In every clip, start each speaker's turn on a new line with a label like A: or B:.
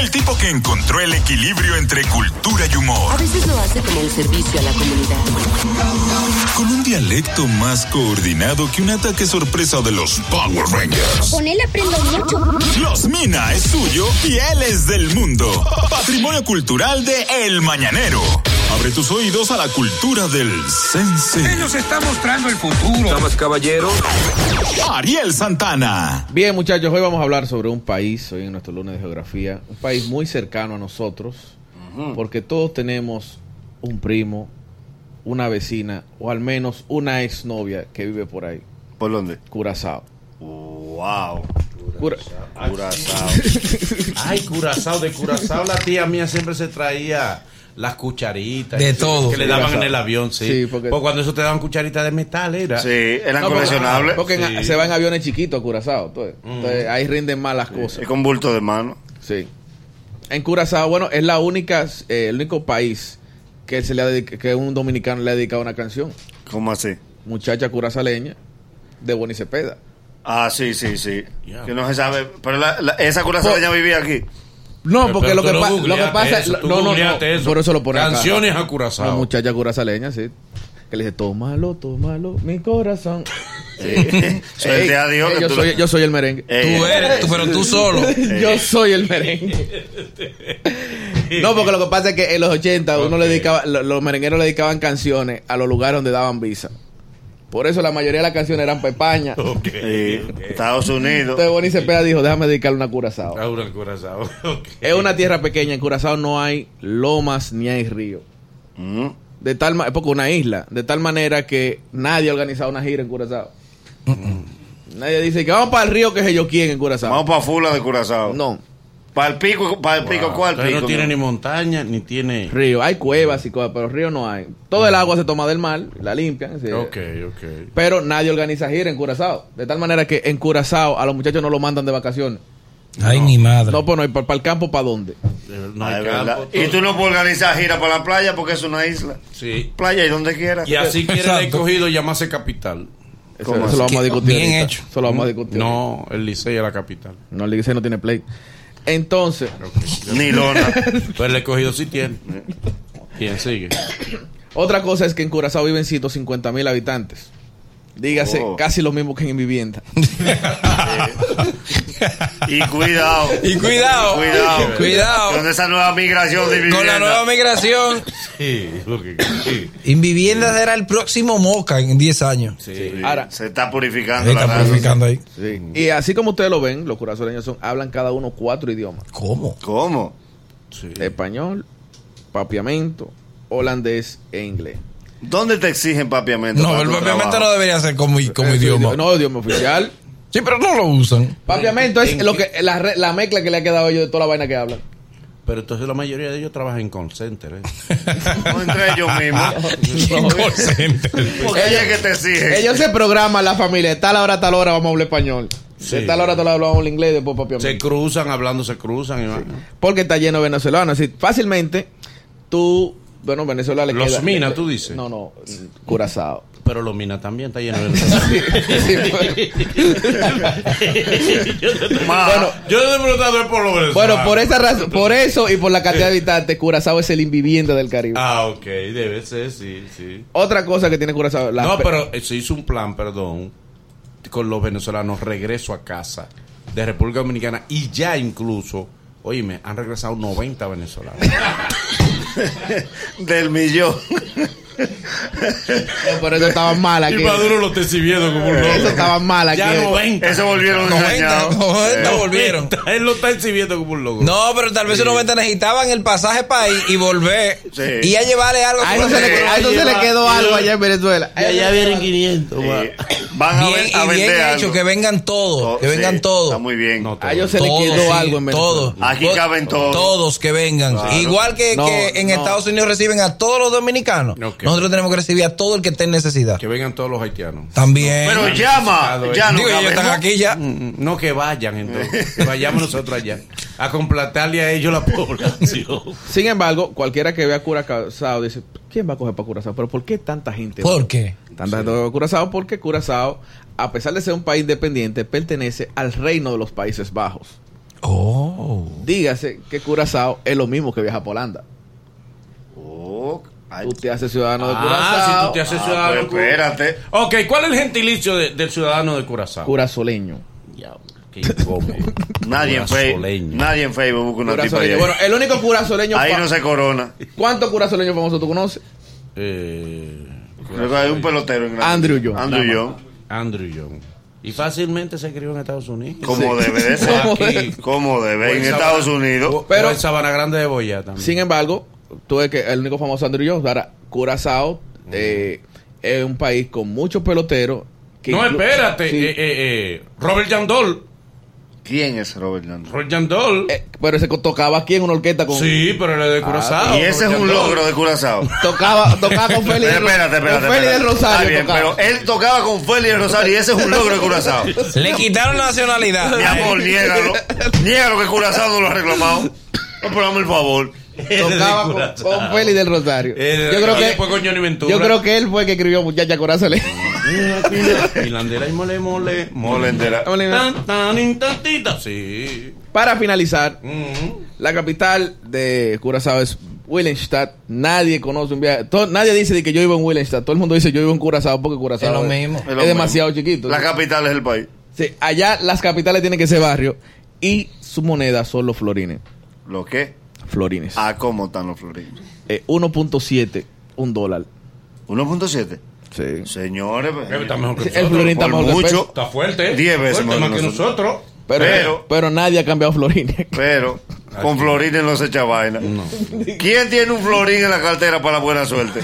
A: El tipo que encontró el equilibrio entre cultura y humor,
B: A veces lo hace como un servicio a la comunidad.
A: con un dialecto más coordinado que un ataque sorpresa de los Power Rangers.
C: Con él aprendo mucho.
A: Los Mina es suyo y él es del mundo. Patrimonio cultural de El Mañanero. Abre tus oídos a la cultura del sense.
D: Él nos está mostrando el futuro.
E: Damas, caballeros.
A: Ariel Santana.
F: Bien, muchachos, hoy vamos a hablar sobre un país, hoy en nuestro lunes de geografía, un país muy cercano a nosotros, porque todos tenemos un primo, una vecina o al menos una exnovia que vive por ahí,
G: ¿Por dónde?
F: Curazao.
G: Wow.
F: Cura-
G: Curazao.
H: Ay, Curazao, de Curazao la tía mía siempre se traía las cucharitas.
D: De
H: que-
D: todo.
H: Que le daban
F: Curazao.
H: en el avión, sí.
F: Sí, porque-
H: porque... cuando eso te daban cucharitas de metal, era.
G: Sí, eran
F: No, porque-
G: coleccionables.
F: Porque en-
H: Sí.
F: se van aviones chiquitos a Curazao, entonces, entonces ahí rinden más las cosas.
G: Es con bulto de mano.
F: Sí. En Curazao, bueno, es la única, eh, el único país que se le ha dedic- que un dominicano le ha dedicado una canción,
G: ¿Cómo así?
F: muchacha curazaleña de Bonnie Cepeda.
G: Ah, sí, sí, sí.
H: Ya.
G: Que no se sabe. Pero la- la- esa curazaleña vivía aquí.
F: No,
H: Pero
F: porque lo
H: tú
F: que, pa- lo
H: googleaste
F: que pasa es.
H: eso, tú
F: No, no, no.
H: googleaste eso.
F: Por eso lo ponen acá.
H: Canciones a Curazao.
F: Una muchacha curazaleña, sí. Que le dice: Tómalo, tómalo, mi corazón. Ey,
G: Suerte a Dios.
F: ey,
G: que
F: yo,
G: tú-
F: soy, yo soy el merengue.
G: Ey,
D: Tú eres, tú- pero tú solo.
F: yo soy el merengue. No, porque lo que pasa es que en los 80 uno le dedicaba, lo- los merengueros le dedicaban canciones a los lugares donde daban visa. Por eso la mayoría de las canciones eran pepañas.
H: Ok.
G: eh, Estados Unidos.
F: Entonces Bonnie Cepeda dijo, déjame dedicarle una curazao.
H: Raúl al Curazao. ok.
F: Es una tierra pequeña, en Curazao no hay lomas ni hay río.
G: Mm.
F: De tal ma- porque una isla, de tal manera que nadie ha organizado una gira en Curazao. nadie dice que vamos para el río que sé yo quién en
G: Vamos
F: Curazao.
G: para Fula de Curazao.
F: No,
G: Para el pico, para el pico, ¿cuál
H: Entonces
G: pico?
H: no tiene
G: mi
H: ni montaña, ni tiene.
F: río, hay cuevas y cosas, pero río no hay. Todo el agua se toma del mar, la limpian, se-
H: Ok, ok.
F: pero nadie organiza gira en Curazao. De tal manera que en Curazao a los muchachos no lo mandan de vacaciones.
D: Ay, mi madre.
F: No, pues no, para el campo, ¿para dónde?
H: Eh,
G: amor?
H: No
G: Ah,
H: hay
G: es
H: campo,
G: verdad.
H: todo-
G: Y tú no puedes organizar gira para la playa porque es una isla.
H: Sí.
G: Playa y donde quieras.
H: Y así quiere el
D: Exacto.
H: escogido llamarse capital.
F: Eso,
G: ¿Cómo
F: eso lo
D: así?
F: vamos a discutir.
D: Bien
F: ahorita.
D: hecho.
F: Eso lo vamos a discutir.
H: No, el Licey es la capital.
F: no, el Licey no tiene play. Entonces,
G: Ni lona.
H: Pero el escogido sí tiene. ¿Quién sigue?
F: Otra cosa es que en Curazao viven 150 mil habitantes. Dígase,
G: Oh.
F: casi lo mismo que en vivienda.
G: Y cuidado.
D: Y cuidado.
G: Cuidado.
D: Cuidado.
G: Con esa nueva migración de
D: Con la
G: vivienda.
D: nueva migración.
H: Sí, porque sí.
D: Invivienda será el próximo Moca en 10 años.
G: Sí,
F: Ahora-
G: se está purificando
D: Se
G: la
D: está
G: raza.
D: purificando ahí.
H: Mm.
F: Y así como ustedes lo ven, los curazoleños son, hablan cada uno cuatro idiomas.
D: ¿Cómo?
G: ¿Cómo?
H: sí.
F: Español, papiamento, holandés e inglés.
G: ¿Dónde te exigen papiamento?
D: No,
G: para
D: el
G: tu
D: papiamento no
G: trabajo?
D: debería ser como, como
F: Eso es
D: idioma.
F: idi- No, idioma oficial.
D: Sí, pero no lo usan.
F: Papiamento es lo que, la, re- la mezcla que le ha quedado a ellos de toda la vaina que hablan.
H: Pero entonces la mayoría de ellos trabajan en call center. ¿eh?
G: No entre ellos mismos.
D: En call center.
G: Porque ellos que te exigen.
F: Ellos se programan la familia. De tal hora a tal hora vamos a hablar español. De
H: Sí.
F: tal hora a tal hora vamos a hablar inglés y después papiamento.
H: Se cruzan hablando, se cruzan. y van.
F: porque está lleno de venezolanos. Así, fácilmente, tú, bueno, Venezuela le
H: Los
F: queda.
H: Mina,
F: le-
H: tú dices.
F: No, no, Curazao.
H: Pero los minas también está lleno de.
G: Ma,
F: bueno,
H: Yo no he preguntado es por los venezolanos.
F: bueno, por esa razón, por eso y por la cantidad de habitantes, Curazao es el inviviente del Caribe.
H: Ah, ok, debe ser, sí, sí.
F: Otra cosa que tiene Curazao, la
H: no,
F: pe-
H: pero eh, se hizo un plan, perdón, con los venezolanos regreso a casa de República Dominicana y ya incluso, oíme, han regresado 90 venezolanos.
G: del millón.
F: pero eso estaba mal aquí.
H: lo está exhibiendo como un
F: Eso estaba mal aquí.
H: Ya 90.
G: Eso volvieron
D: 90,
G: engañados.
D: 90 volvieron.
H: Él lo está exhibiendo como un loco.
D: No, pero tal vez los 90 necesitaban el pasaje para ahí y volver.
G: Sí.
D: Y a llevarle algo.
F: A
D: como
F: eso se le, a eso se le quedó algo allá en Venezuela.
H: vienen 500.
G: Eh, van a,
D: Bien,
G: ven- a
D: y
G: vender
D: bien hecho,
G: algo.
D: que vengan todos.
G: Oh,
D: que vengan
G: sí,
D: todos.
G: Está muy bien.
H: No,
F: A ellos se
D: Todos,
F: le quedó
D: sí,
F: algo en Venezuela.
D: todos.
G: Aquí
D: Todos-
G: caben todos.
D: Todos que vengan. Igual que,
F: No,
D: que en
F: no.
D: Estados Unidos reciben a todos los dominicanos.
H: Ok.
D: Nosotros tenemos que recibir a todo el que esté en necesidad.
H: Que vengan todos los haitianos.
D: También.
G: Pero llama.
H: Digo,
G: Ya no
D: eh. Digo, ellos están
G: cabemos.
D: aquí ya.
H: No que vayan entonces, que vayamos nosotros allá a complatarle a ellos la población.
F: Sin embargo, cualquiera que vea Curazao dice, ¿quién va a coger para Curazao? Pero ¿por qué tanta gente?
D: ¿Por qué?
F: Tanta gente va a Curazao porque Curazao, a pesar de ser un país independiente, pertenece al reino de los Países Bajos.
C: Oh.
F: Dígase que Curazao es lo mismo que viaja a Holanda.
G: Oh, ay,
F: Tú te haces ciudadano de
H: Ah,
F: Curazao.
H: si tú te haces
G: ah,
H: ciudadano.
G: pues espérate.
H: Ok, ¿cuál es el gentilicio de- del ciudadano de Curazao?
F: Curazoleño.
H: Diablo, qué incómodo.
G: Nadie en, Facebook,
H: Curazoleño.
G: nadie en Facebook busca una tipa
F: Curazoleño.
G: ahí.
F: Bueno, el único curazoleño.
G: ahí
F: fa-
G: no se corona.
F: ¿Cuántos curazoleños famosos tú conoces?
H: Eh,
G: Luego hay un pelotero en Gran-
F: Andrew John.
G: Andrew John.
H: Andrew Young. Y fácilmente se crió en Estados Unidos.
G: Como debe de ser.
F: Como
H: debe.
G: Como debe. En
H: Sabana-
G: Estados Unidos.
H: O-
F: Pero-
H: o en Sabana Grande de Boya también.
F: Sin em- embargo, tú ves que el único famoso Andrew Jones, ahora Curazao
H: Mm.
F: eh, es un país con muchos peloteros. que
H: no,
F: inclu-
H: espérate.
F: Sí.
H: eh, eh, eh, Robert Yandol.
G: ¿Quién es Robert Landry?
H: Robert Yandol.
F: Eh, pero se co- tocaba aquí en una orquesta con.
H: sí, pero él es de Curazao.
G: Y ese es
H: Robert
G: un
H: Yandol.
G: logro de Curazao.
F: Tocaba, tocaba con Félix.
G: Espérate,
F: del Ro-
G: espérate, espérate.
F: con Félix del
G: espérate.
F: Rosario.
G: Está bien,
F: tocaba.
G: pero él tocaba con Félix del Rosario y ese es un logro de Curazao.
D: Le quitaron la nacionalidad.
G: Mi amor, niégalo. Niégalo que Curazao no lo ha reclamado. No, pero dame el favor.
F: Tocaba
H: de
F: con,
H: Curazao.
F: con Félix del Rosario.
H: Eh,
F: yo creo
H: y
F: que
H: después con Johnny Ventura.
F: yo creo que él fue el que escribió muchacha Corazole.
H: Finlandera y mole, mole, mole
G: Molendera.
H: Tan, tan, in, tantita. Sí.
F: Para finalizar,
H: Mm.
F: la capital de Curazao es Willenstadt. Nadie conoce un viaje. to- nadie dice de que yo vivo en Willenstadt. Todo el mundo dice yo vivo en Curazao porque Curazao
D: Es lo mismo.
F: es demasiado chiquito.
G: La capital es el país.
F: Sí, allá las capitales tienen que ser barrio y su moneda son los florines.
G: ¿Lo qué?
F: Florines.
G: Ah, cómo están los florines.
F: Eh, 1.7, un dólar.
G: 1.7.
F: Sí.
G: Señores, pues,
H: Eh, Está mejor que
F: El
H: nosotros.
F: florín está
G: por
F: mejor que el
G: mucho.
F: peso.
H: Está fuerte.
G: Diez veces
H: Fuerte,
G: mejor
H: más que
G: que
H: nosotros.
F: Pero, pero,
G: Pero-
F: nadie ha cambiado florines.
G: pero con florines no se echa vaina. ¿Quién tiene un florín en la cartera para la buena suerte?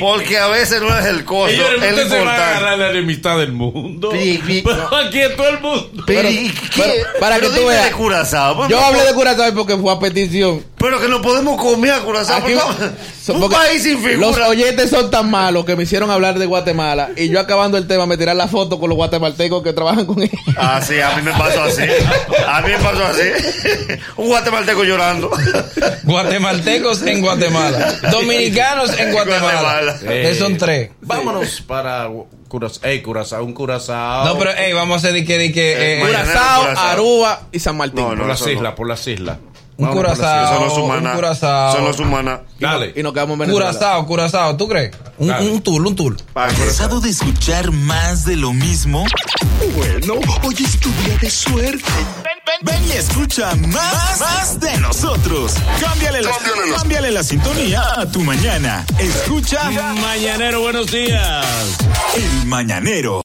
G: Porque a veces no es el costo,
H: Ellos
G: es lo
H: ustedes se van a
G: importante.
H: agarrar la enemistad del mundo.
G: Sí, sí.
H: Pero aquí es todo el mundo.
G: Pero,
F: Pero-
G: ¿y qué?
F: pero- para
G: Pero
F: que tú
G: dime
F: veas.
G: de Curazao, pues,
F: Yo
G: no
F: hablé
G: po-
F: de Curazao porque fue a petición.
G: Pero que no podemos comer a Curazao.
F: Aquí-
G: porque-
F: so-
G: un
F: porque
G: país sin
F: Los
G: figura.
F: oyentes son tan malos que me hicieron hablar de Guatemala y yo acabando el tema me tirar la foto con los guatemaltecos que trabajan con él.
G: Así, Ah, a mí me pasó así. A mí me pasó así. Un guatemalteco llorando.
D: Guatemaltecos en Guatemala. Dominicanos en Guatemala.
G: Guatemala.
D: Esos son tres.
H: Vámonos para Curazao. Ey, Curazao, un Curazao.
D: No, pero ey, vamos a hacer di que, di que, eh,
G: Mañana
D: eh,
F: Curazao,
G: Curazao.
F: Aruba y San Martín.
G: No,
H: Por
G: no.
H: las
G: eso
H: islas, por las islas.
D: un
H: Vámonos por las islas.
G: Son los
D: curazao, ah, un
G: humanas.
D: curazao.
G: Son los humanas.
H: Dale.
F: Y nos quedamos en Venezuela.
D: Curazao, curazao, ¿tú crees? Un,
H: Dale.
D: un tour, un tour.
G: Para
A: ¿Cansado de escuchar más de lo mismo? Bueno, hoy es tu día de suerte. Ven, ven, ven y escucha más, más de nosotros. Cámbiale la, cámbiale la sintonía a tu mañana. Escucha
E: Mañanero, buenos días.
A: El Mañanero.